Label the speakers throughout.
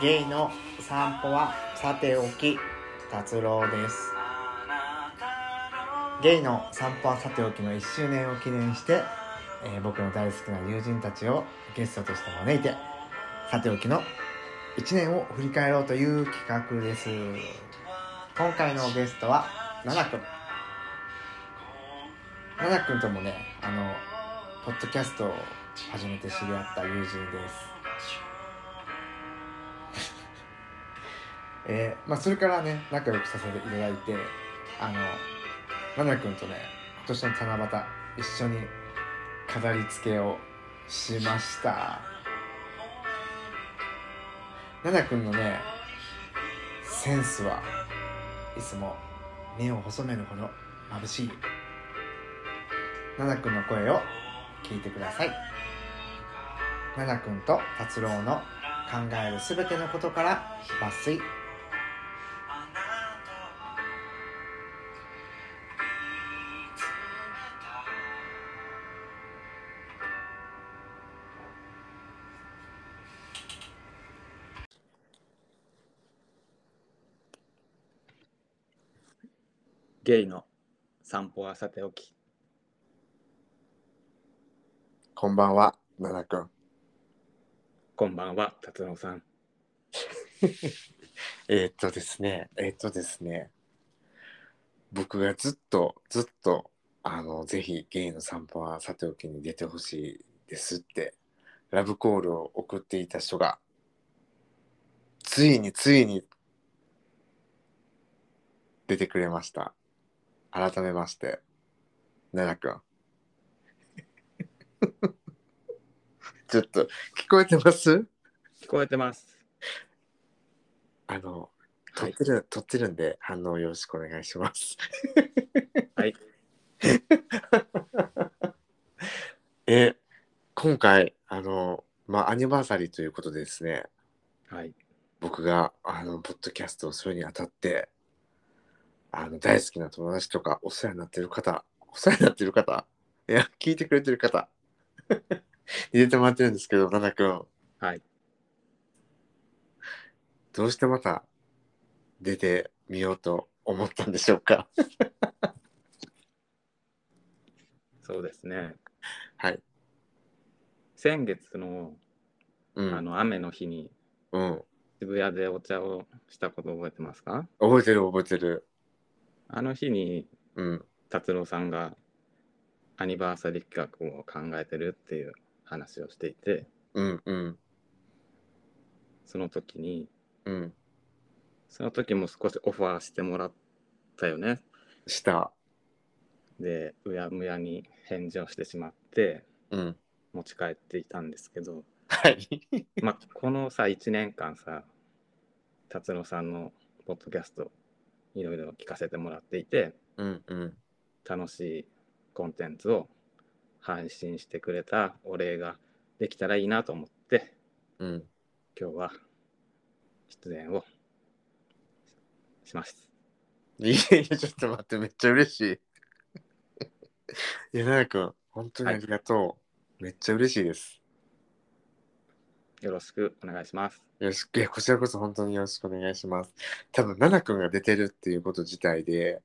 Speaker 1: ゲイの散歩はさておき達郎ですゲイの散歩はさておきの1周年を記念して、えー僕の大好きな友人たちをゲストとして招いてさておきの1年を振り返ろうという企画です今回のゲストはナナくんナナくんともねあのポッドキャストを初めて知り合った友人ですえーまあ、それからね仲良くさせていただいてあのナナ君とね今年の七夕一緒に飾り付けをしましたナナ君のねセンスはいつも目を細めるほど眩しいナナ君の声を聞いてくださいナナ君と達郎の考えるすべてのことから抜粋
Speaker 2: ゲイの散歩はさておき。
Speaker 1: こんばんは、ななくん。
Speaker 2: こんばんは、達郎さん。
Speaker 1: えーっとですね、えーっとですね、僕がずっと、ずっと、あの、ぜひ、ゲイの散歩はさておきに出てほしいですって、ラブコールを送っていた人が、ついについに、出てくれました。改めまして、ななくん。ちょっと、聞こえてます
Speaker 2: 聞こえてます。
Speaker 1: あの、撮
Speaker 2: は
Speaker 1: っ
Speaker 2: い。
Speaker 1: てる、撮ってるんで反応よろしくお願いします。
Speaker 2: はい。
Speaker 1: え、今回、あの、まあ、アニバーサリーということでですね、
Speaker 2: はい。
Speaker 1: 僕が、あの、ポッドキャストをするにあたって、あの、大好きな友達とか、お世話になってる方、お世話になってる方、いや、聞いてくれてる方、 入れてもらってるんですけど、ナナ君、
Speaker 2: はい。
Speaker 1: どうしてまた出てみようと思ったんでしょうか。
Speaker 2: そうですね。
Speaker 1: はい。
Speaker 2: 先月の
Speaker 1: う
Speaker 2: あ
Speaker 1: ん。
Speaker 2: の雨の日に
Speaker 1: うん。
Speaker 2: 渋谷でお茶をしたこと覚えてますか
Speaker 1: 覚えてる覚えてる。
Speaker 2: あの日に
Speaker 1: うん。
Speaker 2: 達郎さんがアニバーサリー企画を考えてるっていう話をしていて、
Speaker 1: うんうん
Speaker 2: その時に、
Speaker 1: うん。
Speaker 2: その時も少しオファーしてもらったよね。
Speaker 1: した。
Speaker 2: で、うやむやに返事をしてしまって、
Speaker 1: うん。
Speaker 2: 持ち帰っていたんですけど、
Speaker 1: はい。
Speaker 2: まあ、このさ1年間さ達郎さんのポッドキャストいろいろ聞かせてもらっていて
Speaker 1: うんうん。
Speaker 2: 楽しいコンテンツを配信してくれたお礼ができたらいいなと思って
Speaker 1: うん。
Speaker 2: 今日は出演をします
Speaker 1: いやいや、ちょっと待って、めっちゃ嬉しい。いや、ななくん、本当にありがとう。めっちゃ嬉しいです。
Speaker 2: よろしくお願いします
Speaker 1: よろしく、いや、こちらこそ本当によろしくお願いします。多分、ななくんが出てるっていうこと自体で、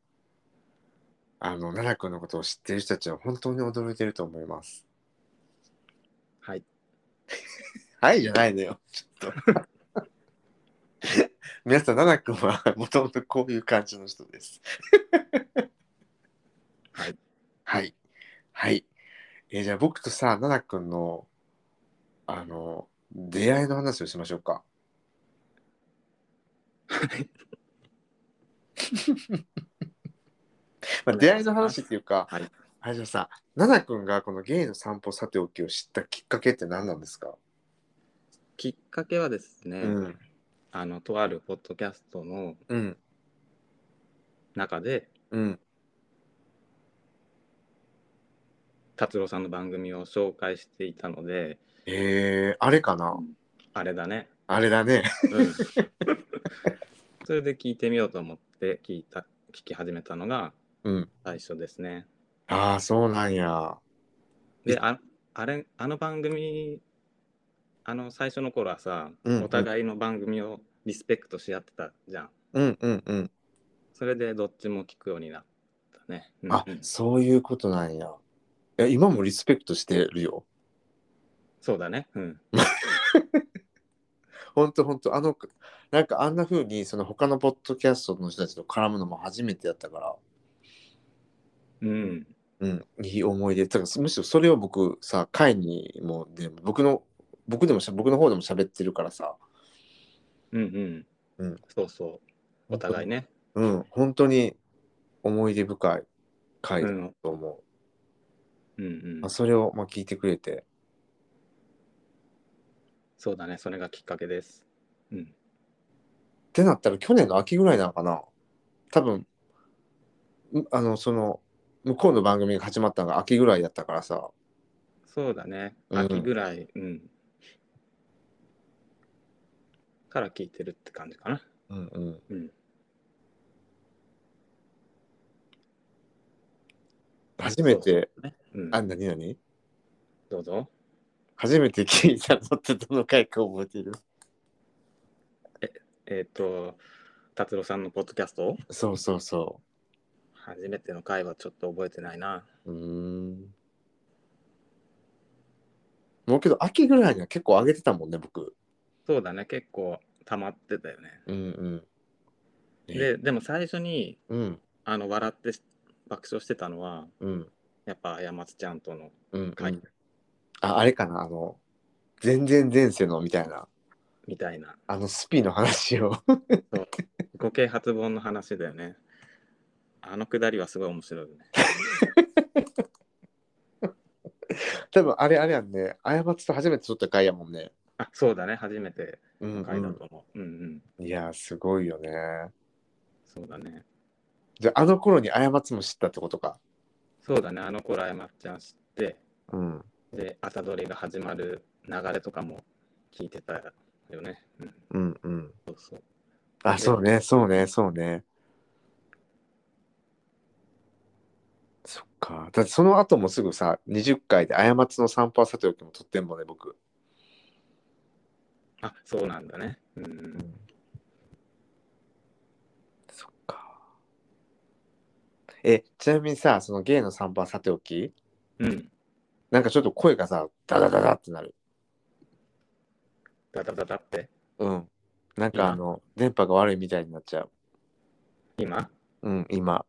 Speaker 1: あの、ななくんのことを知ってる人たちは本当に驚いてると思います。
Speaker 2: はい
Speaker 1: はいじゃないのよ、ちょっと。 皆さん、ななくんはもともとこういう感じの人です。
Speaker 2: はい
Speaker 1: はい。はい。えーじゃあ僕とさ、ナナ君の、あの、出会いの話をしましょうか。まあ、出会いの話っていうか、
Speaker 2: はい
Speaker 1: あれじゃあさ、ナナ君がこのゲイの散歩さておきを知ったきっかけって何なんですか
Speaker 2: きっかけはですね、
Speaker 1: うん。
Speaker 2: あのとあるポッドキャストの
Speaker 1: うん。
Speaker 2: 中で
Speaker 1: うん。
Speaker 2: 達郎さんの番組を紹介していたので
Speaker 1: えー、あれかな
Speaker 2: あれだね
Speaker 1: あれだね。
Speaker 2: うんそれで聞いてみようと思って聞いた聞き始めたのが
Speaker 1: うん。
Speaker 2: 最初ですね。
Speaker 1: ああ、そうなんや。
Speaker 2: でああれあの番組あの最初の頃はさ、
Speaker 1: うんうん
Speaker 2: お互いの番組をリスペクトし合ってたじゃん
Speaker 1: うんうんうん。
Speaker 2: それでどっちも聞くようになったね、うん
Speaker 1: あ
Speaker 2: うん、
Speaker 1: そういうことなんや。いや、今もリスペクトしてるよ。
Speaker 2: そうだねうん
Speaker 1: ほんとほんと、あの、なんかあんな風に、その他のポッドキャストの人たちと絡むのも初めてやったから、
Speaker 2: うん
Speaker 1: うん、いい思い出。だからむしろそれを僕さ、会にも、で僕の、僕でもしゃ、僕の方でも喋ってるからさ、
Speaker 2: うんうん、
Speaker 1: うん
Speaker 2: そうそうお互いね、
Speaker 1: うん、本当に思い出深い
Speaker 2: う
Speaker 1: 会だ
Speaker 2: ん、
Speaker 1: と思う。
Speaker 2: うんうん
Speaker 1: まあ、それを、まあ、聞いてくれて、
Speaker 2: そうだねそれがきっかけですうん
Speaker 1: ってなったら去年の秋ぐらいなのかな多分んあのその向こうの番組が始まったのが秋ぐらいだったからさ
Speaker 2: そうだね
Speaker 1: うん
Speaker 2: 秋ぐらい、うんから聞いてるって感じかな
Speaker 1: うんうん
Speaker 2: うん
Speaker 1: 初めて
Speaker 2: ね、うん、
Speaker 1: あ何何
Speaker 2: どうぞ
Speaker 1: 初めて聞いたのってどの回か覚えてる
Speaker 2: えっ、と達郎さんのポッドキャスト
Speaker 1: そうそうそ
Speaker 2: 初めての回はちょっと覚えてないな
Speaker 1: ううーんもうけど秋ぐらいには結構上げてたもんね僕
Speaker 2: そうだね結構溜まってたよね
Speaker 1: うんうんね
Speaker 2: ででも最初に
Speaker 1: うん
Speaker 2: あの笑って爆笑してたのは
Speaker 1: うん
Speaker 2: やっぱ山津ちゃんとの
Speaker 1: うん、うん
Speaker 2: 回
Speaker 1: ああれかなあの全然前世のみたいな
Speaker 2: みたいな、
Speaker 1: あのスピの話を
Speaker 2: 語形発本の話だよねあのくだりはすごい面白いね
Speaker 1: 多分あれあれやんね、過ちと初めて撮った回やもんね。
Speaker 2: あそうだね初めて
Speaker 1: うん、
Speaker 2: の回だと思ううんうん
Speaker 1: いやー、すごいよね。
Speaker 2: そうだね
Speaker 1: じゃあ、あの頃に過ちも知ったってことか。
Speaker 2: そうだねあの頃山津ちゃん知って
Speaker 1: うん。
Speaker 2: で朝取りが始まる流れとかも聞いてたよね、う
Speaker 1: う
Speaker 2: ん、
Speaker 1: んうん。
Speaker 2: そうそう
Speaker 1: あ、そうね、そうね、そうね。そっか。だってその後もすぐさ、20回で過ちの散歩はさておきも撮ってんもんね、僕。
Speaker 2: あそうなんだねうんうん
Speaker 1: そっか。え、ちなみにさ、その芸の散歩はさておき、
Speaker 2: うん
Speaker 1: なんかちょっと声がさ、ダダダダってなる。
Speaker 2: だだだだって
Speaker 1: うん。なん
Speaker 2: 今
Speaker 1: かあの、電波が悪いみたいになっちゃう。
Speaker 2: 今
Speaker 1: うん、今。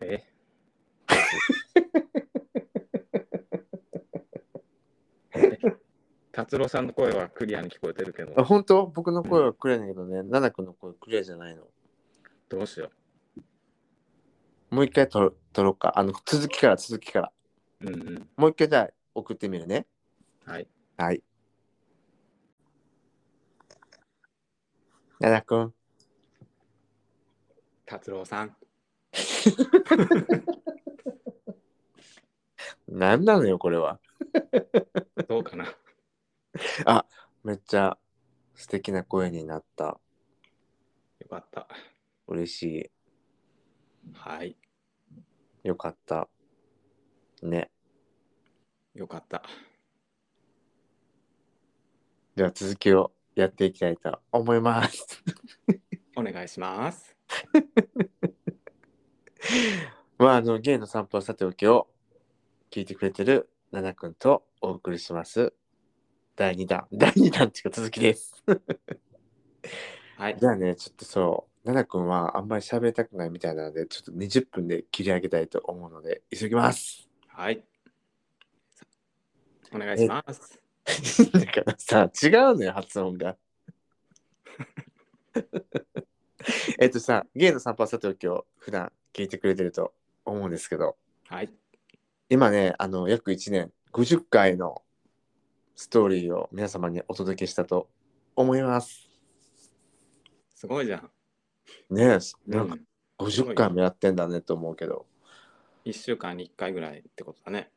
Speaker 2: え え達郎さんの声はクリアに聞こえてるけ
Speaker 1: あ、
Speaker 2: ど
Speaker 1: 本当僕の声はクレアだけどね、ナナ君の声クレアじゃないの。
Speaker 2: どうしよ
Speaker 1: もう一回撮ろ撮ろうか。あの、続きから続きから。
Speaker 2: ううんうん
Speaker 1: もう一回じゃあ送ってみるね。
Speaker 2: はい
Speaker 1: はい。ナナ君。
Speaker 2: 達郎さん
Speaker 1: なんなのよ、これは。
Speaker 2: どうかな
Speaker 1: めっちゃ素敵な声になった。
Speaker 2: よかった
Speaker 1: 嬉し
Speaker 2: はい
Speaker 1: い。よかった。ね。
Speaker 2: よかった
Speaker 1: では続きをやっていきたいと思います。
Speaker 2: お願いします
Speaker 1: まあ、あの、ゲイの散歩はさておきを聞いてくれてるナナ君とお送りします。第2弾。第2弾っていうか続きです。
Speaker 2: はい
Speaker 1: じゃあね、ちょっとそう、ナナ君はあんまり喋りたくないみたいなので、ちょっと20分で切り上げたいと思うので、急ぎます。
Speaker 2: はいさお願いします
Speaker 1: だからさ、違うのよ、発音が。 えっとさ、ゲイの散歩はさておきを普段聞いてくれてると思うんですけど、
Speaker 2: はい
Speaker 1: 今ねあの約1年50回のストーリーを皆様にお届けしたと思います
Speaker 2: すごいじゃん
Speaker 1: ねえなんか
Speaker 2: うん
Speaker 1: 50回もやってんだねと思うけど、
Speaker 2: 1週間に1回ぐらいってことだね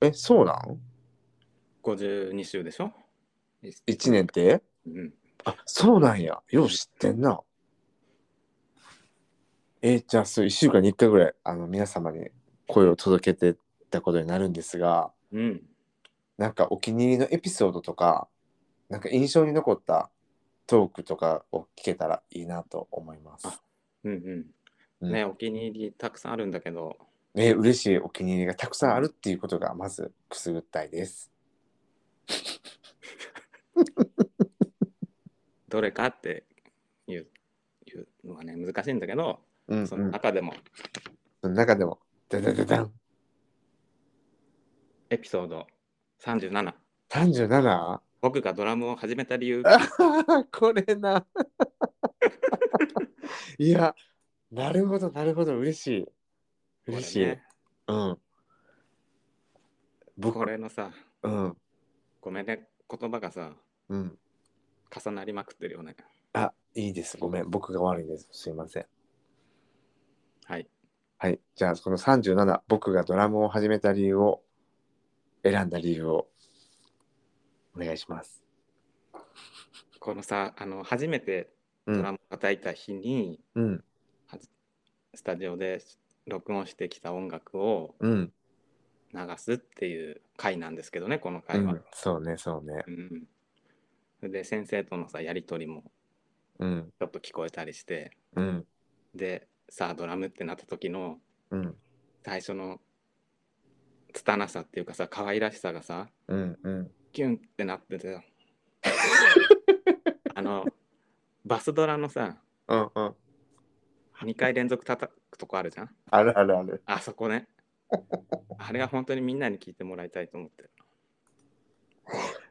Speaker 1: えそうなん
Speaker 2: 52週でしょ
Speaker 1: 1年って
Speaker 2: うん
Speaker 1: あそうなんやよう知ってんなえじゃあそう1週間に1回ぐらいあの皆様に声を届けてたことになるんですが
Speaker 2: うん
Speaker 1: なんかお気に入りのエピソードとか、なんか印象に残ったトークとかを聞けたらいいなと思います。
Speaker 2: うんう
Speaker 1: うん
Speaker 2: ん。ね、お気に入りたくさんあるんだけど、
Speaker 1: えー嬉しいお気に入りがたくさんあるっていうことがまずくすぐったいです。
Speaker 2: どれかっていういうのはね、難しいんだけど、
Speaker 1: うん、うん、
Speaker 2: そ
Speaker 1: そ
Speaker 2: の
Speaker 1: の
Speaker 2: 中でも
Speaker 1: 中でも、ダダダダン、
Speaker 2: エピソード37、
Speaker 1: 37? あ
Speaker 2: 僕がドラムを始めた理由、
Speaker 1: ー これな。いや、なるほど、なるほど、嬉しい。嬉しい。
Speaker 2: これね
Speaker 1: うん。
Speaker 2: こ
Speaker 1: 僕、
Speaker 2: れのさ、
Speaker 1: うん、
Speaker 2: ごめんね、言葉がさ、
Speaker 1: うん。
Speaker 2: 重なりまくってるよね。
Speaker 1: あ、いいです。ごめん、僕が悪いです。すいません。
Speaker 2: はい。
Speaker 1: はい。じゃあ、この37、僕がドラムを始めた理由を、選んだ理由を、お願いします。
Speaker 2: このさ、あの、初めて
Speaker 1: う
Speaker 2: ド
Speaker 1: ん
Speaker 2: ラムを叩いた日に、
Speaker 1: うん
Speaker 2: はじスタジオで録音してきた音楽を
Speaker 1: うん、
Speaker 2: 流すっていう回なんですけどねこの
Speaker 1: う
Speaker 2: 回は
Speaker 1: ん、、そうねそうね
Speaker 2: うんそれで先生とのさやり取りも
Speaker 1: うん
Speaker 2: ちょっと聞こえたりして
Speaker 1: うん
Speaker 2: でさあドラムってなった時の
Speaker 1: うん
Speaker 2: 最初の拙さっていうかさ可愛らしさがさ
Speaker 1: うんうん
Speaker 2: キュンってなっててあのバスドラのさ
Speaker 1: うんうん
Speaker 2: 2回連続叩くとこあるじゃん
Speaker 1: あるあるある
Speaker 2: あそこねあれは本当にみんなに聞いてもらいたいと 思って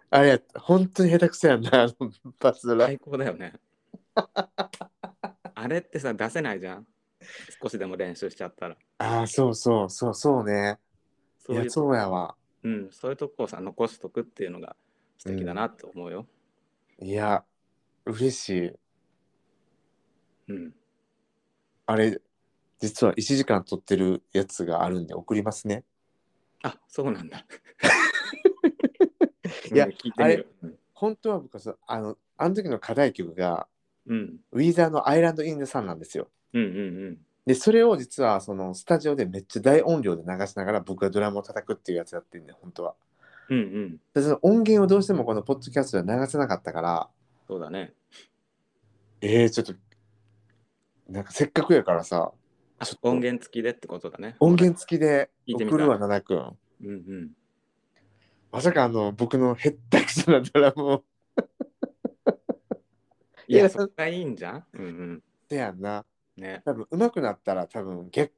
Speaker 1: あれや本当に下手くそやんなあのパズドラ、
Speaker 2: 最高だよねあれってさ出せないじゃん少しでも練習しちゃったら
Speaker 1: ああそうそうそうそうね
Speaker 2: そう
Speaker 1: い
Speaker 2: いう
Speaker 1: やそうやわ
Speaker 2: うん、そういうとこをさ残しとくっていうのが素敵だなって思うよ、
Speaker 1: いや嬉しい
Speaker 2: うん
Speaker 1: あれ実は1時間撮ってるやつがあるんで送りますね
Speaker 2: あそうなんだ
Speaker 1: いや
Speaker 2: うん聞いてみる
Speaker 1: 本当は僕はさあのあの時の課題曲が
Speaker 2: うん
Speaker 1: ウィザーのアイランド・イン・ザ・サンなんですよ
Speaker 2: うんうん
Speaker 1: で、それを実は、その、スタジオでめっちゃ大音量で流しながら僕がドラムを叩くっていうやつやってんね、本当は。
Speaker 2: うんうんうん
Speaker 1: で、その音源をどうしてもこのポッドキャストでは流せなかったから、
Speaker 2: そうだね
Speaker 1: えー、ちょっと、なんかせっかくやからさ、
Speaker 2: あ
Speaker 1: ちょっと
Speaker 2: 音源付きでってことだね
Speaker 1: 音源付きで
Speaker 2: 聞いてみた
Speaker 1: 送るわ、ナナ君。
Speaker 2: うんうん
Speaker 1: まさかあの、僕のへったくそなドラムを。
Speaker 2: いや
Speaker 1: いや
Speaker 2: そこがいいんじゃんうん
Speaker 1: せやんな。
Speaker 2: うんね
Speaker 1: 多分、上手くなったら多分、げ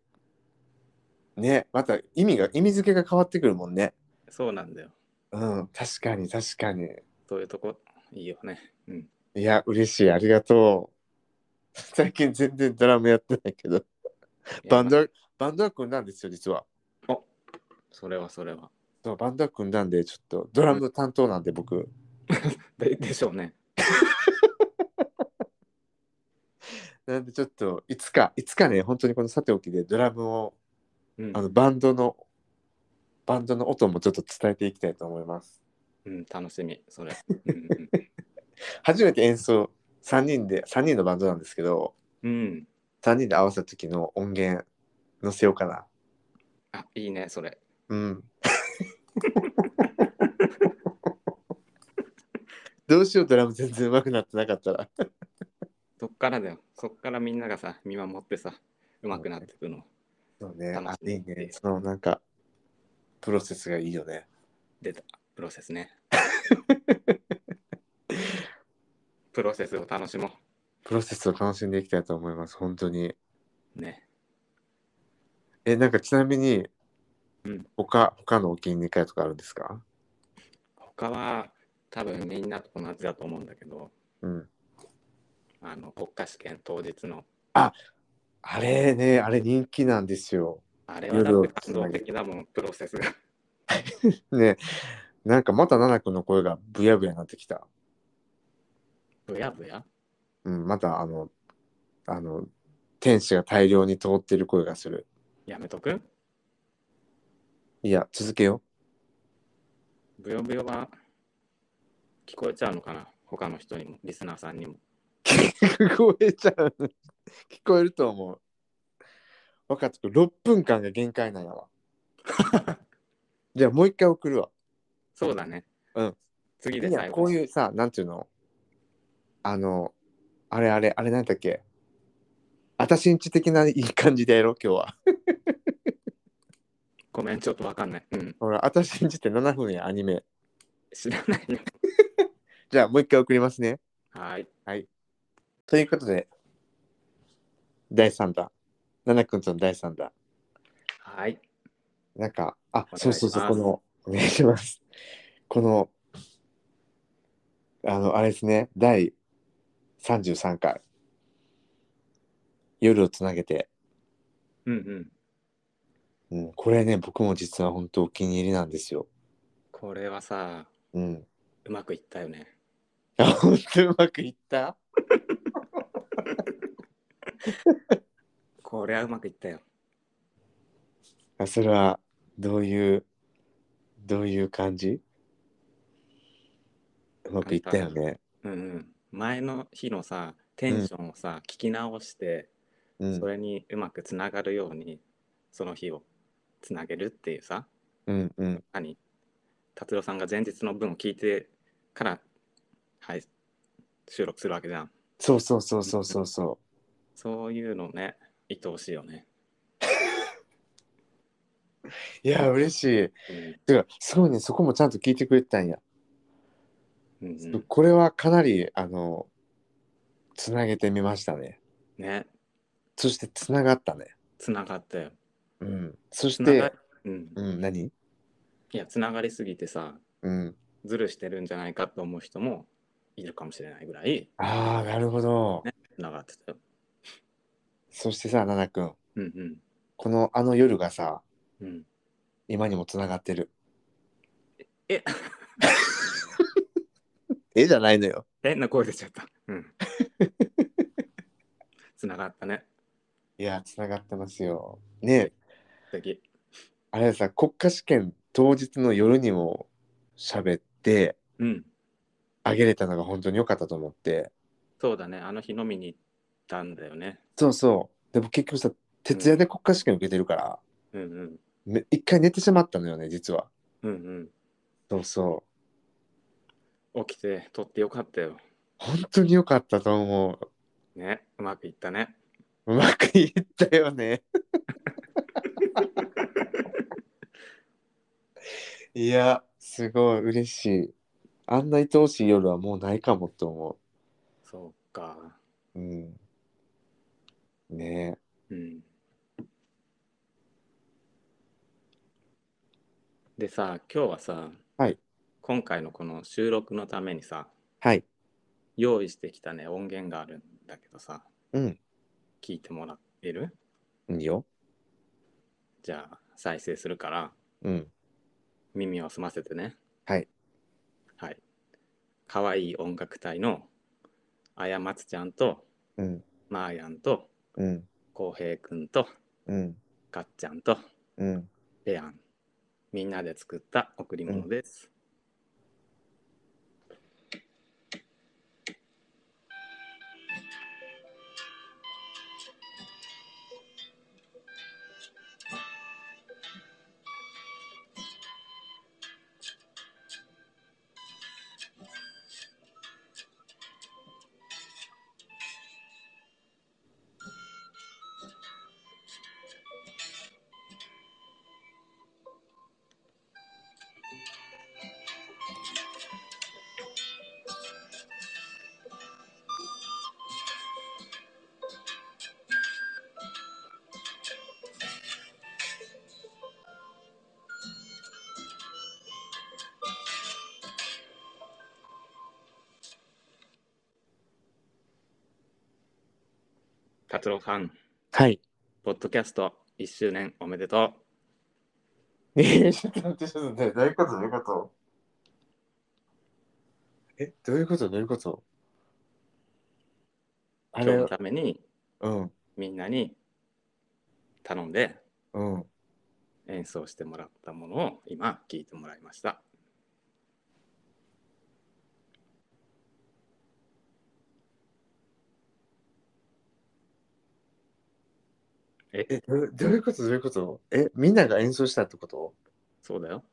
Speaker 1: ね、また意味が、意味付けが変わってくるもんね。
Speaker 2: そうなんだよ
Speaker 1: うん、確かに確かに。
Speaker 2: そういうとこいいよねうん
Speaker 1: いや、嬉しい。ありがとう。 最近全然ドラムやってないけど。バンドは、バンドは組んだんですよ、実は。
Speaker 2: おそれはそれは
Speaker 1: そう、バンドは組んだんで、ちょっとドラムの担当なんで、僕。
Speaker 2: ででしょうね
Speaker 1: なんで、ちょっと、いつか、いつかね、本当にこのさておきでドラムを、
Speaker 2: うん
Speaker 1: あの、バンドの、バンドの音もちょっと伝えていきたいと思います。
Speaker 2: うん、楽しみ、それ。うん
Speaker 1: 初めて演奏、3人で、3人のバンドなんですけど、
Speaker 2: うん、うん。
Speaker 1: 3人で合わせた時の音源、載せようかな。
Speaker 2: あ、いいね、それ。
Speaker 1: うん。どうしようドラム全然上手くなってなかったら。
Speaker 2: そっからだよ。そっからみんながさ、見守ってさ、上手くなっていくの。
Speaker 1: そうね
Speaker 2: 楽
Speaker 1: あ
Speaker 2: しみ
Speaker 1: いいね。そのなんか、プロセスがいいよね。
Speaker 2: 出た、プロセ スね。プロセスを楽しも
Speaker 1: プロセスを楽しんでいきたいと思います。本当に。
Speaker 2: う。ね。
Speaker 1: え、なんかちなみに、
Speaker 2: うん
Speaker 1: 他、他のお気に入り会とかあるんですか
Speaker 2: 他は、多分みんなと同じだと思うんだけど、
Speaker 1: うん。
Speaker 2: あの、国家試験当日の、
Speaker 1: あれね、あれ人気なんですよ。
Speaker 2: あれはだって感動的だもん、プロセスが。
Speaker 1: ね、なんかまたナナ君の声がブヤブヤになってきた。
Speaker 2: ぶやぶや
Speaker 1: うん、またあの、あの、天使が大量に通ってる声がする。
Speaker 2: やめとく
Speaker 1: いや、続けよ
Speaker 2: ぶよぶよは、聞こえちゃうのかな他の人にも、リスナーさんにも。
Speaker 1: う。 聞こえちゃう。聞こえると思う。分かった。6分間が限界なんやわ。じゃあもう一回送るわ。
Speaker 2: そうだね。
Speaker 1: うん。
Speaker 2: 次
Speaker 1: い
Speaker 2: で
Speaker 1: や
Speaker 2: 最後。
Speaker 1: こういうさ、なんていうのあの、あれあれ、あれなんだっけあたしんち的ないい感じでやろう、今日は。
Speaker 2: ごめん、ちょっとわかんない。うん。
Speaker 1: ほら、あたしんちって7分や、アニメ。
Speaker 2: 知らないね。
Speaker 1: じゃあ、もう一回送りますね。
Speaker 2: はい。
Speaker 1: ということで、第3弾。ななくんとの第3弾。
Speaker 2: はい。
Speaker 1: なんか、あ、
Speaker 2: お願いし
Speaker 1: そ
Speaker 2: ま
Speaker 1: う
Speaker 2: す
Speaker 1: そうそう、この、お願いします。この、あの、あれですね、第33回。夜をつなげて、
Speaker 2: うんうん。
Speaker 1: うん、これね、僕も実は本当お気に入りなんですよ。
Speaker 2: これはさ、
Speaker 1: うん。
Speaker 2: うまくいったよね。
Speaker 1: あ、本当うまくいった
Speaker 2: これはうまくいったよ。
Speaker 1: あそれは、どういう、どういう感じうまくいったよね。
Speaker 2: うんうん。前の日のさ、テンションをさ、聞き直して、
Speaker 1: うん
Speaker 2: そ。れにうまくつながるように、その日をつなげるっていうさ、
Speaker 1: うんうん。
Speaker 2: 何達郎さんが前日の分を聞いてから、はい、収録するわけじゃん。
Speaker 1: そうそうそうそうそうそ
Speaker 2: そういうのね、愛おしいよね。
Speaker 1: う。いや、嬉しい。
Speaker 2: うん
Speaker 1: てか、すごいね、そこもちゃんと聞いてくれてたんや。
Speaker 2: うんうん、
Speaker 1: これはかなり、あの、つなげてみましたね。
Speaker 2: ね、
Speaker 1: そして、つながったね。
Speaker 2: つながったよ。
Speaker 1: うん。そし
Speaker 2: つなが
Speaker 1: て
Speaker 2: り、、うん、
Speaker 1: うん、何
Speaker 2: いや、つながりすぎてさ、
Speaker 1: うん。
Speaker 2: ずるしてるんじゃないかと思う人もいるかもしれないぐらい、
Speaker 1: ああ、なるほど。
Speaker 2: つながってたよ。
Speaker 1: そしてさ、ナナ君、
Speaker 2: うんうん。
Speaker 1: この、あの夜がさ、
Speaker 2: うん、
Speaker 1: 今にもつながってる。
Speaker 2: え
Speaker 1: えじゃないのよ。
Speaker 2: 変な声出ちゃった。うん。 つながったね。
Speaker 1: いや、つながってますよ。ねえ
Speaker 2: 素敵。
Speaker 1: あれさ、国家試験当日の夜にも喋って、
Speaker 2: うん。
Speaker 1: あげれたのが本当に良かったと思って。
Speaker 2: そうだね。あの日飲みに行ったんだよね。
Speaker 1: そうそう。でも結局さ、徹夜で国家試験受けてるから、
Speaker 2: うんうん。
Speaker 1: め一回寝てしまったのよね、実は。
Speaker 2: うん
Speaker 1: そうそう。
Speaker 2: うん。起きて、撮ってよかったよ。
Speaker 1: 本当に良かったと思
Speaker 2: ね。うまくいったね。
Speaker 1: う。うまくいったよね。いや、すごい嬉しい。あんな愛おしい夜はもうないかもと思
Speaker 2: そうか。
Speaker 1: う。うん。ね
Speaker 2: うん。でさ、今日はさ、
Speaker 1: はい
Speaker 2: 今回のこの収録のためにさ、
Speaker 1: え。はい。
Speaker 2: 用意してきたね、音源があるんだけどさ、
Speaker 1: うん。
Speaker 2: 聞いてもらえる
Speaker 1: いいよ。
Speaker 2: じゃあ、再生するから、
Speaker 1: うん。
Speaker 2: 耳を澄ませてね。
Speaker 1: はい。
Speaker 2: はい。かわいい音楽隊の、あやまつちゃんと、
Speaker 1: うん。
Speaker 2: まーやんと、
Speaker 1: うん。
Speaker 2: こうへいくんと、
Speaker 1: うん。
Speaker 2: かっちゃんと、
Speaker 1: うん。
Speaker 2: レアン。みんなで作った贈り物です。達郎さん、
Speaker 1: はい。
Speaker 2: ポッドキャスト1周年おめでと
Speaker 1: えちょっと待って、ちょっと待って、どういうことどういうことえ、どういうことどういうこと
Speaker 2: う。
Speaker 1: あ
Speaker 2: 今日
Speaker 1: れ
Speaker 2: の、ために
Speaker 1: うん、
Speaker 2: みんなに頼んで
Speaker 1: うん。
Speaker 2: 演奏してもらったものを今聞いてもらいました。
Speaker 1: え、どうどういうことどういうことえ、みんなが演奏したってこと
Speaker 2: そうだよ。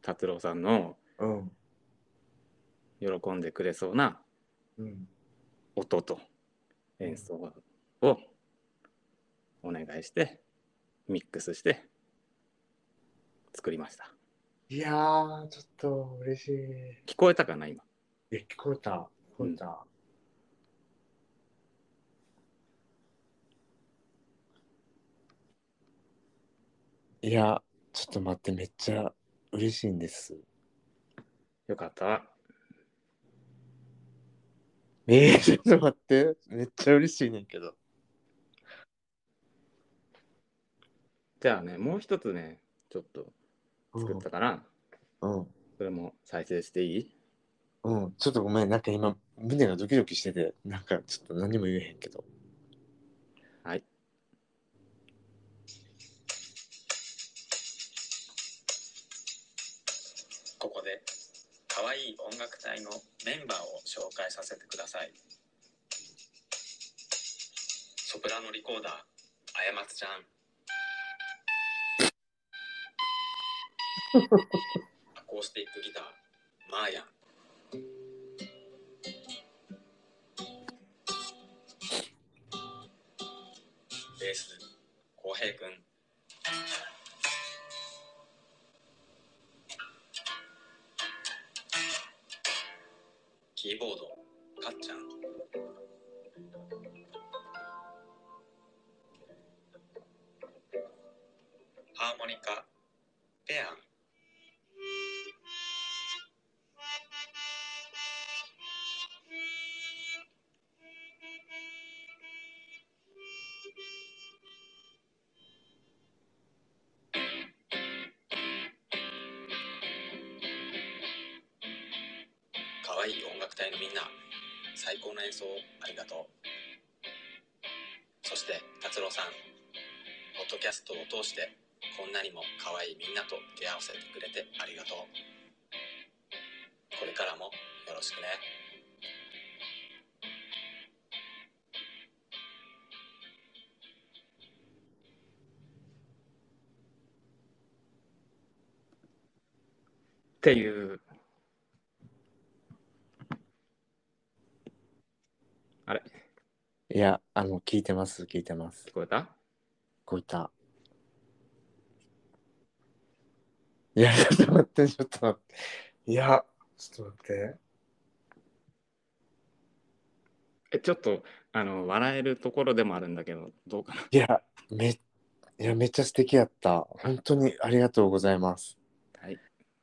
Speaker 2: 達郎さんの
Speaker 1: うん。
Speaker 2: 喜んでくれそうな
Speaker 3: うん。
Speaker 2: 音と演奏をお願いしてミックスして作りました
Speaker 1: いやー、ちょっと嬉しい。
Speaker 2: 聞こえたかな今
Speaker 1: いや、聞こえた。聞こえた。いや、ちょっと待って、めっちゃ嬉しいんです。
Speaker 2: よかった
Speaker 1: えー、 ちょっと待って、めっちゃ嬉しいねんけど。
Speaker 2: じゃあねもう一つねちょっと作ったから、
Speaker 1: うん。
Speaker 2: それも再生していい
Speaker 1: うん、ちょっとごめん、なんか今、胸がドキドキしてて、なんかちょっと何も言えへんけど。
Speaker 2: はい
Speaker 4: ここで可愛い音楽隊のメンバーを紹介させてくださいソプラノリコーダーあやまつちゃんアコースティックギターマーヤンベース浩平くんキーボード、かっちゃん。ハーモニカ、ペアン。可愛い音楽隊のみんな最高の演奏をありがとうそして達郎さんポッドキャストを通してこんなにも可愛いみんなと出会わせてくれてありがとうこれからもよろしくね
Speaker 2: っていうあれ
Speaker 1: いや、あの、聞いてます、聞いてます。
Speaker 2: 聞こえた
Speaker 1: こういった。いや、ちょっと待って、ちょっと待って。いや、ちょっと待って。
Speaker 2: えちょっとあの笑えるところでもあるんだけどどうかない
Speaker 1: や、め、いや、めっちゃ素敵やった。本当にありがとうございます。
Speaker 2: はい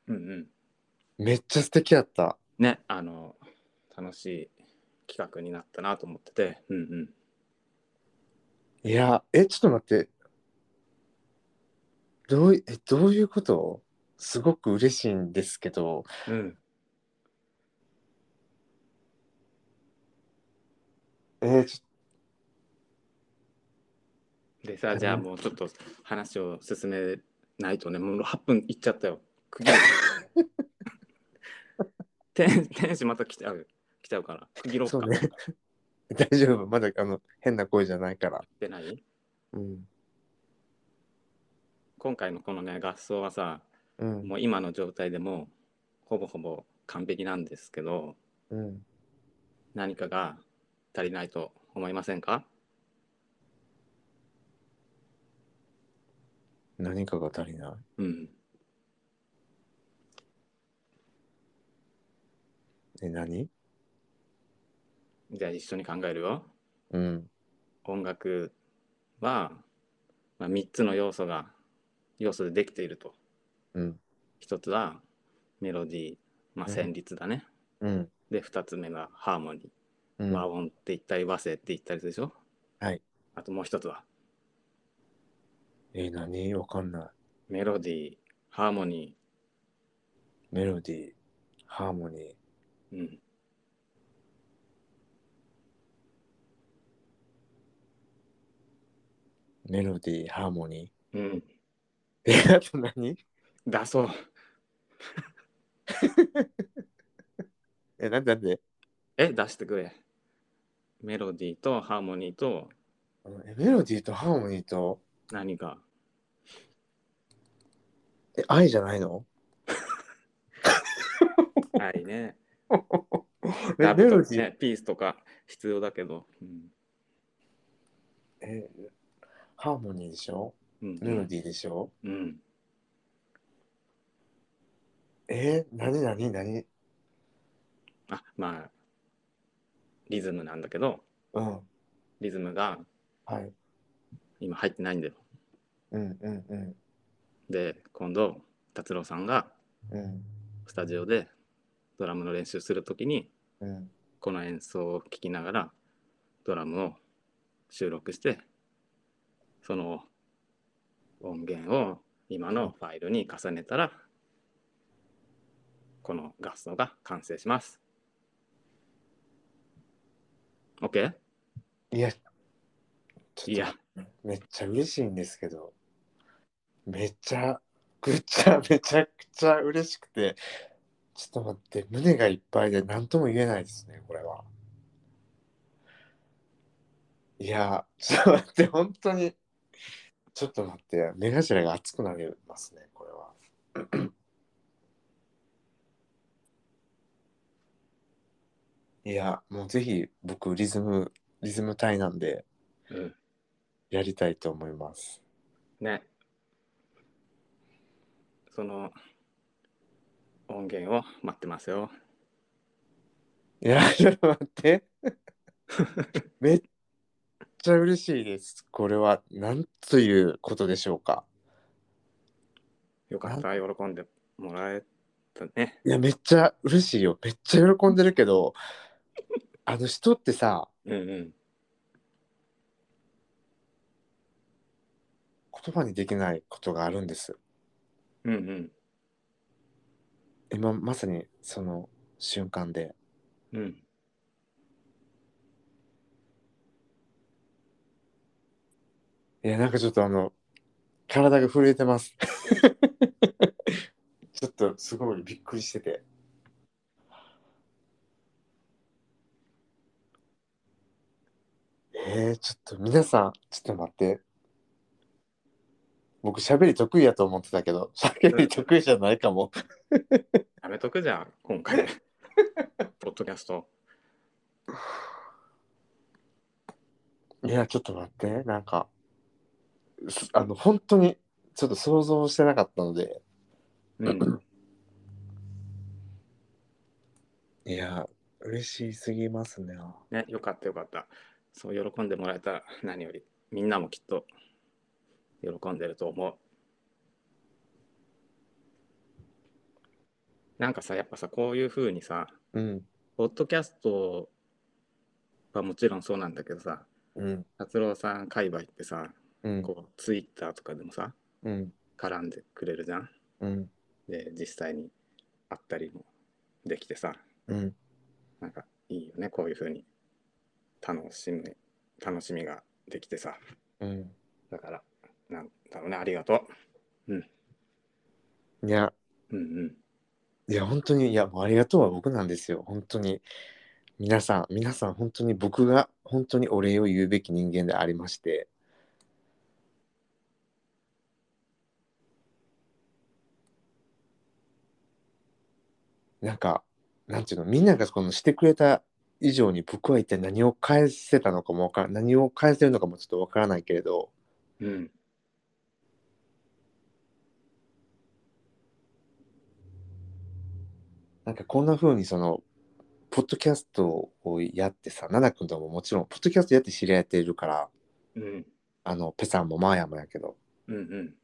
Speaker 2: うんうん
Speaker 1: めっちゃ素敵やった。
Speaker 2: ねあの楽しい企画になったなと思っててうんうん
Speaker 1: いや、え、ちょっと待って。どうい、え、どういうことすごく嬉しいんですけど、
Speaker 2: うん
Speaker 1: えーちょ
Speaker 2: でさじゃあもうちょっと話を進めないとねもう8分いっちゃったよ区切る 天天使また来ちゃう来ちゃうから区切ろうか
Speaker 1: そうね 大丈夫。まだ、あの、変な声じゃないから。
Speaker 2: でない
Speaker 1: うん。
Speaker 2: 今回のこのね合奏はさ
Speaker 1: うん。
Speaker 2: もう今の状態でもうほぼほぼ完璧なんですけど
Speaker 1: うん。
Speaker 2: 何かが足りないと思いませんか
Speaker 1: 何かが足りない。
Speaker 2: うん
Speaker 1: え、何
Speaker 2: じゃあ一緒に考えるよ
Speaker 1: うん。
Speaker 2: 音楽は、まあ、3つの要素が要素でできていると
Speaker 1: うん。
Speaker 2: 1つはメロディー、まあ、
Speaker 1: うん
Speaker 2: 旋律だね、
Speaker 1: うん。
Speaker 2: で2つ目がハーモニー、
Speaker 1: うん。
Speaker 2: 和音って言ったり和声って言ったりするでしょ
Speaker 1: はい
Speaker 2: あともう1つは
Speaker 1: えー何わかんない。
Speaker 2: メロディーハーモニ
Speaker 1: メロディー、ハーモニ
Speaker 2: ーうん
Speaker 1: ー、メロディー、ハーモニ
Speaker 2: うん
Speaker 1: ー。え、あと何
Speaker 2: だそう
Speaker 1: え、なんでなんで
Speaker 2: え出してくれメロディーとハーモニーと
Speaker 1: えメロディーとハーモニーと、
Speaker 2: 何か
Speaker 1: え、愛じゃないの
Speaker 2: はいね。
Speaker 1: え
Speaker 2: ダ
Speaker 1: メ
Speaker 2: ブ
Speaker 1: ロ
Speaker 2: と
Speaker 1: デ
Speaker 2: か
Speaker 1: ィー
Speaker 2: ね、ピースとか必要だけど。うん
Speaker 1: えハーモニーでしょ
Speaker 2: うん
Speaker 1: メロディーでしょ、
Speaker 2: うん。
Speaker 1: えー、何何何
Speaker 2: あ、まあ、リズムなんだけど、
Speaker 1: うん。
Speaker 2: リズムが
Speaker 1: はい。
Speaker 2: 今入ってないんだよ。
Speaker 1: うんうんうん
Speaker 2: で、今度、達郎さんが
Speaker 1: うん
Speaker 2: スタジオでドラムの練習するときに、
Speaker 1: うん。
Speaker 2: この演奏を聴きながらドラムを収録して、その音源を今のファイルに重ねたら、この合奏が完成します。OK?
Speaker 1: いや、ちょっと
Speaker 2: いや。
Speaker 1: めっちゃ嬉しいんですけど、めっちゃくちゃ めちゃくちゃ嬉しくて、ちょっと待って、胸がいっぱいで何とも言えないですね、これは。いや、ちょっと待って、本当に、ちょっと待って、目頭が熱くなりますね、これは。いや、もうぜひ僕、リズム、リズム隊なんで、
Speaker 2: うん。
Speaker 1: やりたいと思います。
Speaker 2: ねその音源を待ってますよ
Speaker 1: いや、ちょっと待って。めっちゃ嬉しいです。これは、なんということでしょうか。
Speaker 2: よかった喜んでもらえたね
Speaker 1: いや、めっちゃ嬉しいよ。めっちゃ喜んでるけど、あの人ってさ、
Speaker 2: うんうん
Speaker 1: 言葉にできないことがあるんです。
Speaker 2: うんうん
Speaker 1: 今まさにその瞬間で。
Speaker 2: うん
Speaker 1: いや、なんかちょっとあの、体が震えて ます。ちょっとすごいびっくりしてて。えー、ちょっと皆さん、ちょっと待って。僕、喋り得意やと思ってたけど、喋り得意じゃないかも。
Speaker 2: やめとくじゃん今回 ポッドキャスト
Speaker 1: いや、ちょっと待って。なんか、すあの、本当に、ちょっと想像してなかったので。
Speaker 2: うん
Speaker 1: いや、嬉しすぎますね。
Speaker 2: ねよかったよかったそう喜んでもらえたら何よりみんなもきっと喜んでると思うなんかさやっぱさこういうふうにさ
Speaker 1: うん、
Speaker 2: ポッドキャストはもちろんそうなんだけどさ、
Speaker 1: うん、
Speaker 2: 達郎さん界隈ってさ、
Speaker 1: うん。
Speaker 2: こう、ツイッターとかでもさ、
Speaker 1: うん
Speaker 2: 絡んでくれるじゃん。
Speaker 1: うん
Speaker 2: で、実際に会ったりもできてさ、
Speaker 1: うん
Speaker 2: なんかいいよね、こういうふうに。楽しみ、楽しみができてさ。
Speaker 1: うん
Speaker 2: だから、なんだろうね、ありがと
Speaker 1: いや
Speaker 2: う。うんうん。
Speaker 1: いや本当にいやもうありがとうは僕なんですよ本当に皆さん皆さん本当に僕が本当にお礼を言うべき人間でありましてなんかなんていうのみんながこのしてくれた以上に僕は一体何を返せたのかもわから何を返せるのかもちょっとわからないけれど
Speaker 2: うん。
Speaker 1: なんかこんな風にその、ポッドキャストをやってさ、ナナ君とももちろん、ポッドキャストやって知り合っているから、
Speaker 2: うん。
Speaker 1: あの、ペさんもマーヤもやけど。
Speaker 2: うん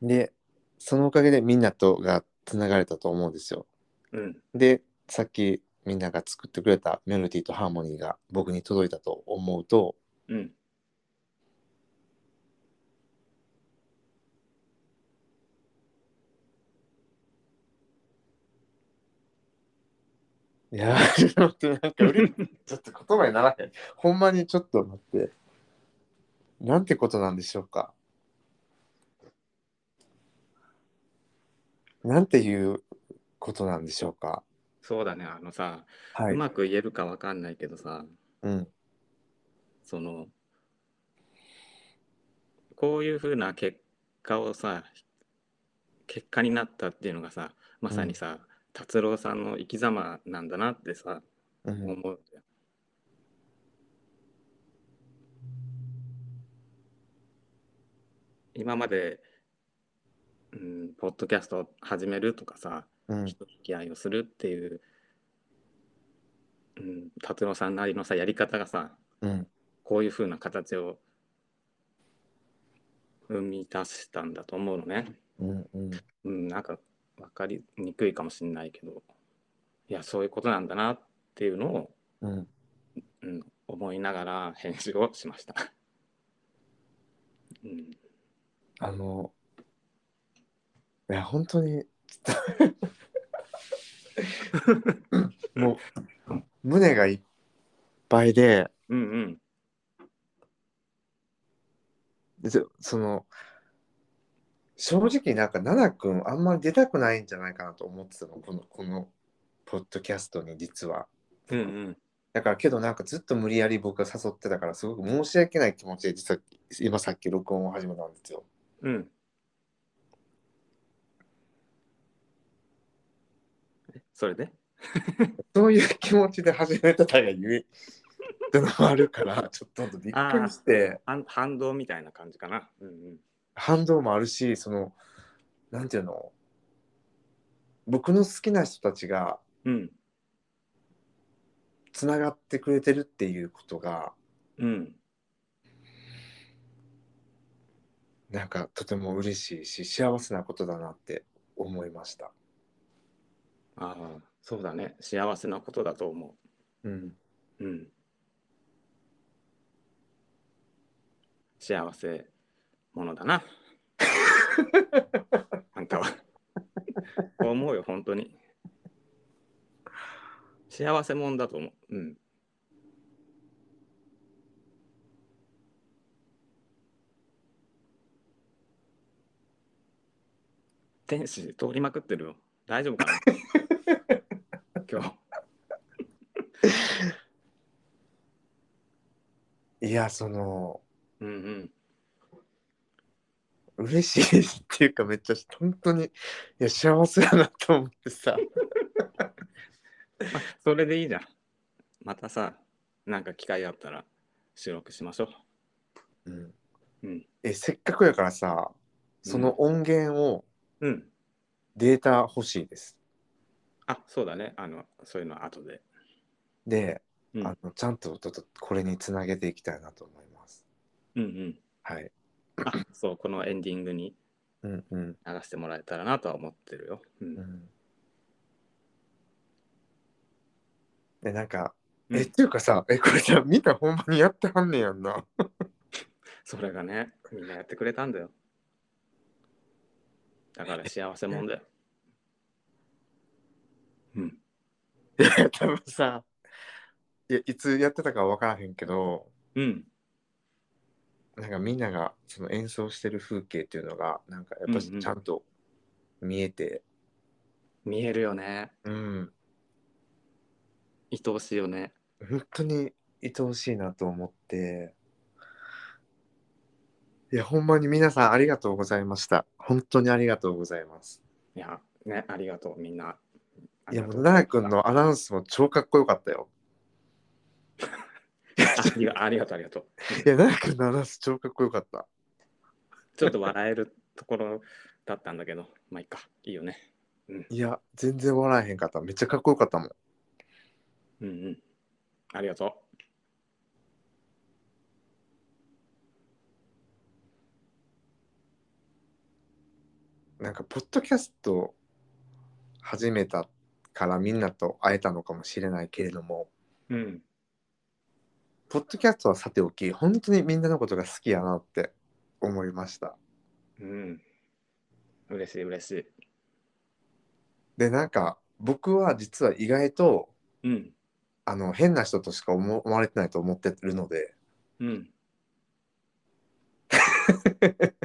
Speaker 2: うん。
Speaker 1: で、そのおかげでみんなとがつながれたと思うんですよ。
Speaker 2: うん。
Speaker 1: で、さっきみんなが作ってくれたメロディーとハーモニーが僕に届いたと思うと、
Speaker 2: うん。
Speaker 1: いやー、ちょっとなんか嬉しいちょっと言葉にならへん。ほんまにちょっと待って。なんてことなんでしょうか。なんていうことなんでしょうか。
Speaker 2: そうだね、あのさ、
Speaker 1: は
Speaker 2: う
Speaker 1: い。
Speaker 2: まく言えるかわかんないけどさ、
Speaker 1: うん。
Speaker 2: そのこういうふうな結果をさ結果になったっていうのがさまさにさ、達郎さんの生き様なんだなってさ、
Speaker 1: うん
Speaker 2: 思う。今まで、うん、ポッドキャストを始めるとか
Speaker 1: うん
Speaker 2: さ、人付き合いをするっていう、うん、達郎さんなりのさやり方がさ
Speaker 1: うん
Speaker 2: こういう風な形を生み出したんだと思うのね、
Speaker 1: うんうん
Speaker 2: うん、なんか分かりにくいかもしれないけどいやそういうことなんだなっていうのを、
Speaker 1: うん
Speaker 2: うん、思いながら編集をしました。 うん、
Speaker 1: あのいや本当 にちょっともう胸がいっぱいで
Speaker 2: うんうん
Speaker 1: でその正直なんか奈々くんあんまり出たくないんじゃないかなと思ってたのこのこのポッドキャストに実は
Speaker 2: うんうん
Speaker 1: だからけどなんかずっと無理やり僕が誘ってたからすごく申し訳ない気持ちで実は今さっき録音を始めたんですよ
Speaker 2: うん。えそれで
Speaker 1: そういう気持ちで始めてたがゆえってのもあるからちょっとびっ
Speaker 2: あ
Speaker 1: くりして
Speaker 2: あん反動みたいな感じかな。うんうん
Speaker 1: 反動もあるしそのなんていうの僕の好きな人たちが
Speaker 2: うん
Speaker 1: つながってくれてるっていうことが
Speaker 2: うん
Speaker 1: なんかとても嬉しいし幸せなことだなって思いました。
Speaker 2: ああそうだね幸せなことだと思
Speaker 1: うん、
Speaker 2: う。うん、幸せものだな。あんたは。そう思うよ本当に。幸せもんだと思う。うん天使通りまくってるよ。大丈夫かな今日。
Speaker 1: いやその
Speaker 2: うんうん。
Speaker 1: 嬉しいっていうかめっちゃ本当にいや幸せだなと思ってさ
Speaker 2: まあ それでいいじゃん。またさ、なんか機会があったら収録しましょ
Speaker 1: うん
Speaker 2: うん
Speaker 1: えせっかくやからさその音源を
Speaker 2: う。うん。
Speaker 1: データ欲しいです。
Speaker 2: あ、そうだね。あの、そういうのは後で。
Speaker 1: で、
Speaker 2: うん
Speaker 1: あのちゃんとちょっとこれにつなげていきたいなと思います。
Speaker 2: うんうん。
Speaker 1: はい。
Speaker 2: あ、そう、このエンディングに
Speaker 1: うんうん
Speaker 2: 流してもらえたらなとは思ってるよ。うん
Speaker 1: う。ん。でなんか
Speaker 2: う
Speaker 1: え、
Speaker 2: ん
Speaker 1: っていうかさ、え、これさ、見たほんまにやってはんねやん な。
Speaker 2: それがね、みんなやってくれたんだよ。だから幸せもんだよ。うん。
Speaker 1: 多分さ、いや、いつやってたかは分からへんけど、
Speaker 2: うん。
Speaker 1: なんかみんながその演奏してる風景っていうのが、なんかやっぱ
Speaker 2: うんうん
Speaker 1: ちゃんと見えて、
Speaker 2: 見えるよね。
Speaker 1: うん、
Speaker 2: 愛おしいよね。
Speaker 1: 本当に愛おしいなと思って、いや、ほんまに皆さんありがとうございました。本当にありがとうございます。
Speaker 2: いや、ね、ありがとう、みんな。
Speaker 1: いや、もう奈良くんのアナウンスも超かっこよかったよ。
Speaker 2: ありがありがとう、ありがとう。
Speaker 1: いや、奈良くんのアナウンス超かっこよかった。
Speaker 2: ちょっと笑えるところだったんだけど、まあいいか、いいよね。
Speaker 1: いや、全然笑えへんかった。めっちゃかっこよかったもん。
Speaker 2: うんうん。ありがと
Speaker 1: なんか、ポッドキャスト始めたからみんなと会えたのかもしれないけれども、
Speaker 2: う。うん。
Speaker 1: ポッドキャストはさておき、本当にみんなのことが好きやなって思いました。
Speaker 2: うん。嬉しい、嬉しい。
Speaker 1: で、なんか、僕は実は意外と、
Speaker 2: うん。
Speaker 1: あの、変な人としか思思われてないと思ってるので、
Speaker 2: うん。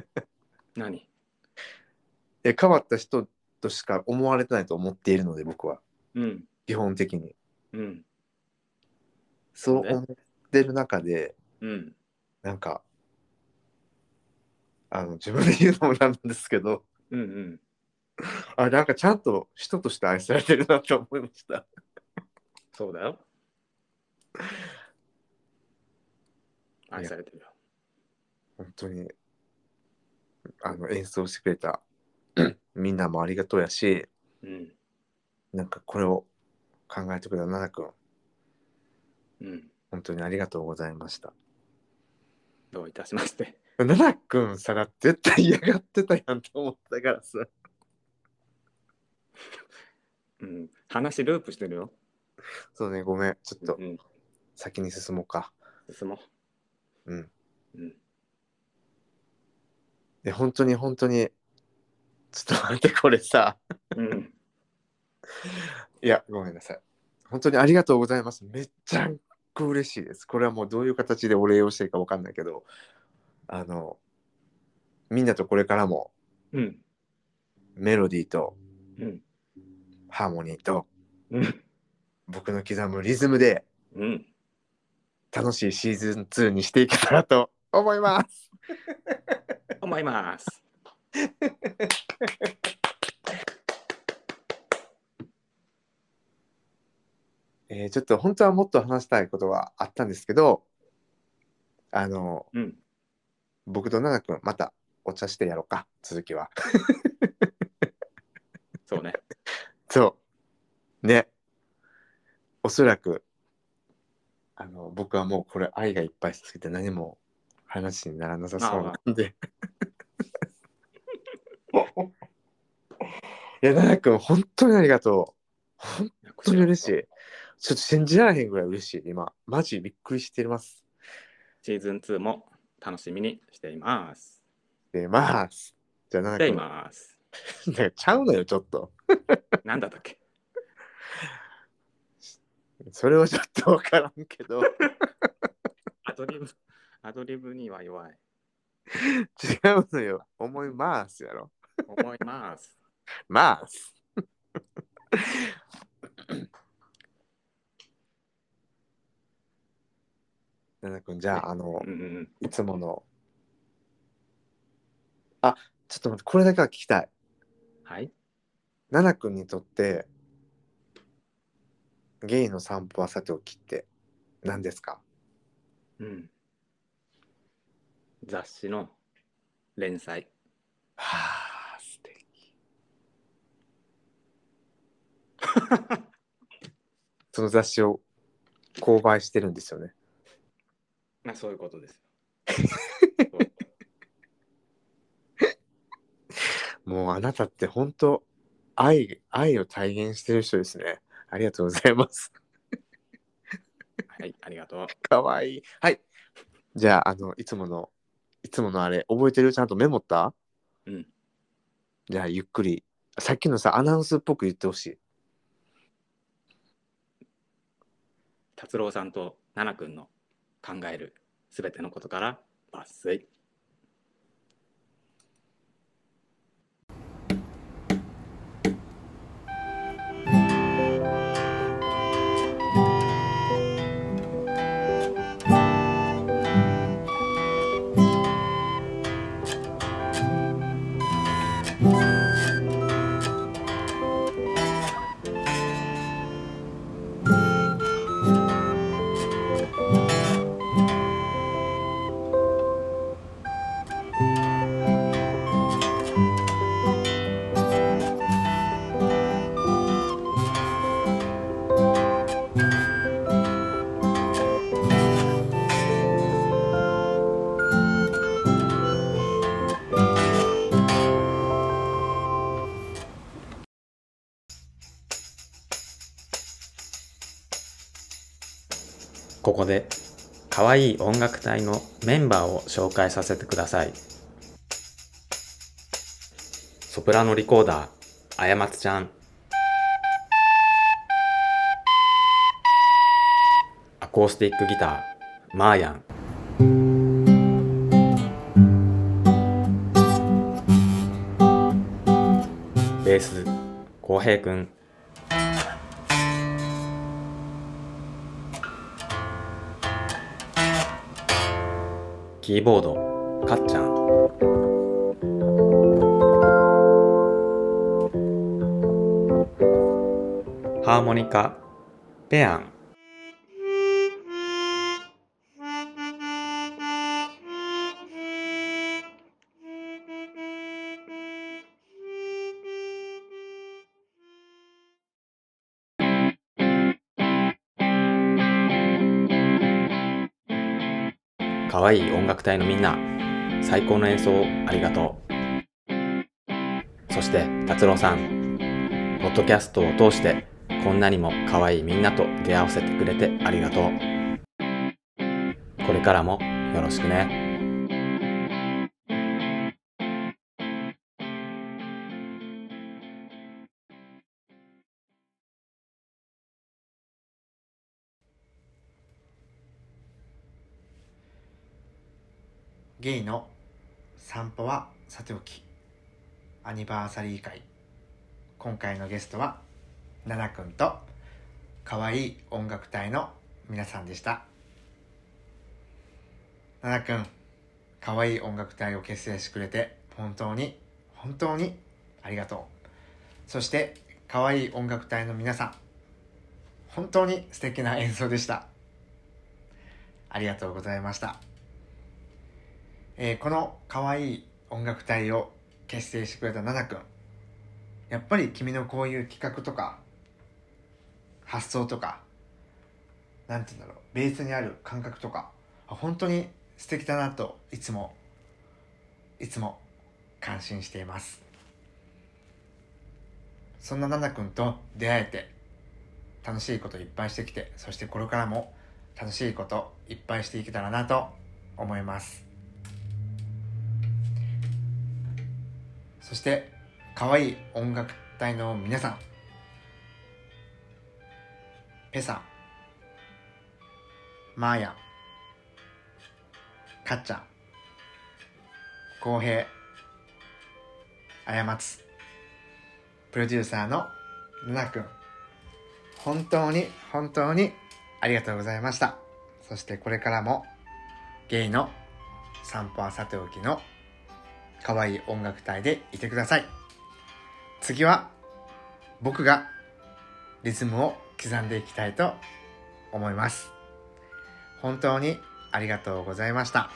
Speaker 2: 何
Speaker 1: いや変わった人としか思われてないと思っているので、僕は、
Speaker 2: うん。
Speaker 1: 基本的に。
Speaker 2: うん。
Speaker 1: そう思ってる中で、
Speaker 2: うん。
Speaker 1: なんか、あの、自分で言うのもなんですけど、
Speaker 2: うんうん。
Speaker 1: あ、なんかちゃんと人として愛されてるなと思いました。
Speaker 2: そうだよ。愛されてるよ。
Speaker 1: 本当に。あの、演奏してくれた、みんなもありがとうやし、
Speaker 2: うん。
Speaker 1: なんかこれを考えてくれた奈々くん、
Speaker 2: うん。
Speaker 1: 本当にありがとうございました。
Speaker 2: どういたしまして。
Speaker 1: 奈々くんさら絶対嫌がってたやんと思ったからさ。
Speaker 2: うん。話ループしてるよ。
Speaker 1: そうね、ごめん。ちょっと
Speaker 2: うん。
Speaker 1: 先に進もうか。
Speaker 2: 進も
Speaker 1: うん。
Speaker 2: う。うん。
Speaker 1: で本当に本当にちょっと待ってこれさ
Speaker 2: うん。
Speaker 1: いやごめんなさい本当にありがとうございますめっちゃく嬉しいですこれはもうどういう形でお礼をしていいかわかんないけどあのみんなとこれからも
Speaker 2: うん。
Speaker 1: メロディーと
Speaker 2: うん。
Speaker 1: ハーモニーと
Speaker 2: うん。
Speaker 1: 僕の刻むリズムで
Speaker 2: うん。
Speaker 1: 楽しいシーズン2にしていけたらと思います
Speaker 2: 思います。
Speaker 1: えーちょっと本当はもっと話したいことはあったんですけどあの
Speaker 2: うん。
Speaker 1: 僕と奈々くんまたお茶してやろうか続きは
Speaker 2: そうね。
Speaker 1: そう。ね。おそらく、あの、僕はもうこれ愛がいっぱいしすぎて何も話にならなさそうなんで。 いや、奈々君、本当にありがとう。本
Speaker 2: 本
Speaker 1: 当に嬉しい。ちょっと信じられへんぐらい嬉しい。今、マジびっくりしてます。
Speaker 2: シーズン2も楽しみにしています。
Speaker 1: で、ます。じゃあ、奈
Speaker 2: してい
Speaker 1: 々
Speaker 2: ます。
Speaker 1: 君、なんかちゃうのよ、ちょっと。
Speaker 2: なんだったっけ
Speaker 1: それはちょっとわからんけど。
Speaker 2: アドリブ、アドリブには弱い。
Speaker 1: 違うのよ。思いますやろ。
Speaker 2: 思います。
Speaker 1: ま あ。奈々君じゃああの
Speaker 2: うんうん
Speaker 1: いつものあちょっと待ってこれだけは聞きたい
Speaker 2: はい。
Speaker 1: 奈々君にとってゲイの散歩はさておきって何ですか
Speaker 2: うん。雑誌の連載。
Speaker 1: はあ素敵 その雑誌を購買してるんですよね
Speaker 2: まあそういうことです。
Speaker 1: もうあなたって本当愛愛を体現してる人ですね。ありがとうございます。
Speaker 2: はい、ありがとう。
Speaker 1: かわいい。はい。じゃあ、あの、いつもの、いつものあれ、覚えてるちゃんとメモった
Speaker 2: うん。
Speaker 1: じゃあ、ゆっくり。さっきのさ、アナウンスっぽく言ってほしい。
Speaker 2: 達郎さんと奈々くんの考えるすべてのことから抜粋。
Speaker 5: ここで可愛い音楽隊のメンバーを紹介させてくださいソプラノリコーダーあやまつちゃんアコースティックギターマーヤンベース浩平くんキーボードかっちゃん
Speaker 4: ハーモニカ、ペアン。かわいい音楽隊のみんな、最高の演奏をありがとう。そして、達郎さん、ポッドキャストを通して、こんなにも可愛いみんなと出会わせてくれてありがとう。これからもよろしくね。
Speaker 3: ゲイの散歩はさておきアニバーサリー会今回のゲストは奈々くんと可愛い音楽隊の皆さんでした奈々くん可愛い音楽隊を結成してくれて本当に本当にありがとうそして可愛い音楽隊の皆さん本当に素敵な演奏でしたありがとうございましたえーこの可愛い音楽隊を結成してくれたナナくんやっぱり君のこういう企画とか発想とかなんて言うんだろうベースにある感覚とかあ本当に素敵だなといつもいつも感心していますそんなナナくんと出会えて楽しいこといっぱいしてきてそしてこれからも楽しいこといっぱいしていけたらなと思いますそして可愛い音楽隊の皆さんペさんマーヤンかっちゃん浩平あやまつプロデューサーのルナくん本当に本当にありがとうございましたそしてこれからもゲイの散歩はさておきの可愛い音楽隊でいてください次は僕がリズムを刻んでいきたいと思います本当にありがとうございました